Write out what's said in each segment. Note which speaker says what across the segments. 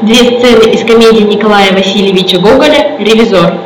Speaker 1: Две сцены из комедии Николая Васильевича Гоголя «Ревизор».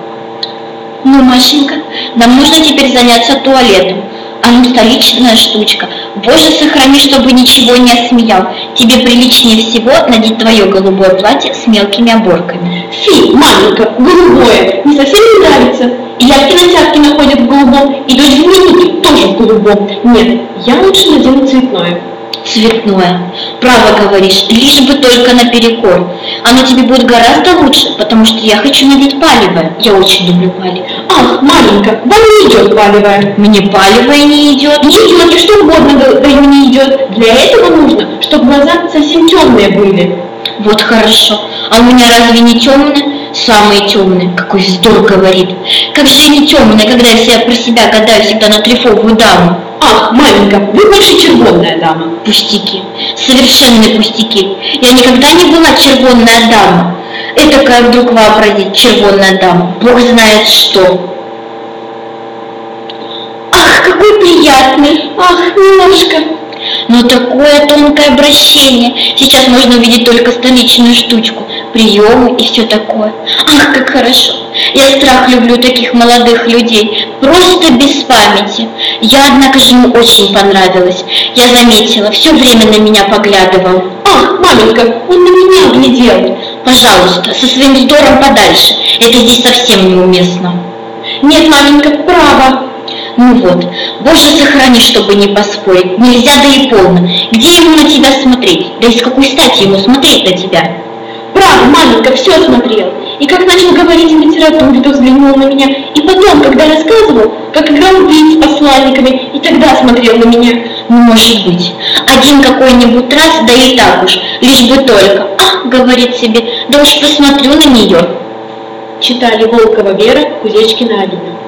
Speaker 2: Ну, Машенька, нам нужно теперь заняться туалетом. А ну, столичная штучка. Боже, сохрани, чтобы ничего не осмеял. Тебе приличнее всего надеть твое голубое платье с мелкими оборками.
Speaker 3: Фи, Маленька, голубое, не совсем не нравится. И я в кинотеатре находят в голубом, и дочь Вероники тоже в голубом. Нет, я лучше надену цветное.
Speaker 2: Цветное. Право говоришь, лишь бы только наперекор. Оно тебе будет гораздо лучше, потому что я хочу надеть палевое. Я очень люблю палевое.
Speaker 3: Ах, Маленька, вам не идет палевая.
Speaker 2: Мне палевое не идет.
Speaker 3: Не идет, и что угодно да- да ему не идет. Для этого нужно, чтобы глаза совсем темные были.
Speaker 2: Вот хорошо. А у меня разве не темные? Самые темные. Какой вздор говорит. Как же я не темная, когда я себя про себя гадаю всегда на трефовую даму.
Speaker 3: Ах, Маленька, вы больше червонная дама.
Speaker 2: Пустяки. Совершенные пустяки. Я никогда не была червонная дама. Это как вдруг вообразить червонная дама. Бог знает что. Ах, какой приятный.
Speaker 3: Ах, немножко.
Speaker 2: Но такое тонкое обращение. Сейчас можно увидеть только столичную штучку, приемы и все такое. Ах, как хорошо. Я страх люблю таких молодых людей, просто без памяти. Я, однако же, ему очень понравилась. Я заметила, все время на меня поглядывал.
Speaker 3: Ах, Маленька, он на меня глядел.
Speaker 2: Пожалуйста, со своим вздором подальше. Это здесь совсем неуместно.
Speaker 3: Нет, Маленька, право.
Speaker 2: Ну вот, боже сохрани, чтобы не поспорить, нельзя да и полно. Где ему на тебя смотреть? Да из какой стати ему смотреть на тебя?
Speaker 3: Право, Маленька, все смотрел. И как начал говорить о литературе, то взглянул на меня. И потом, когда рассказывал, как играл в бить с посланниками, и тогда смотрел на меня.
Speaker 2: Ну, может быть, один какой-нибудь раз, да и так уж, лишь бы только. А, говорит себе, да уж посмотрю на нее.
Speaker 3: Читали Волкова Вера, Кузечкина Алина.